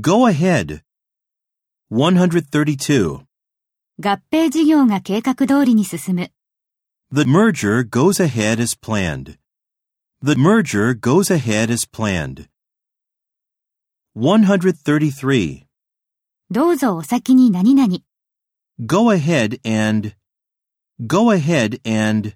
Go ahead. 132. 合併事業が計画通りに進む。 The merger goes ahead as planned. The merger goes ahead as planned. 133. どうぞお先に何々。 Go ahead and. Go ahead and.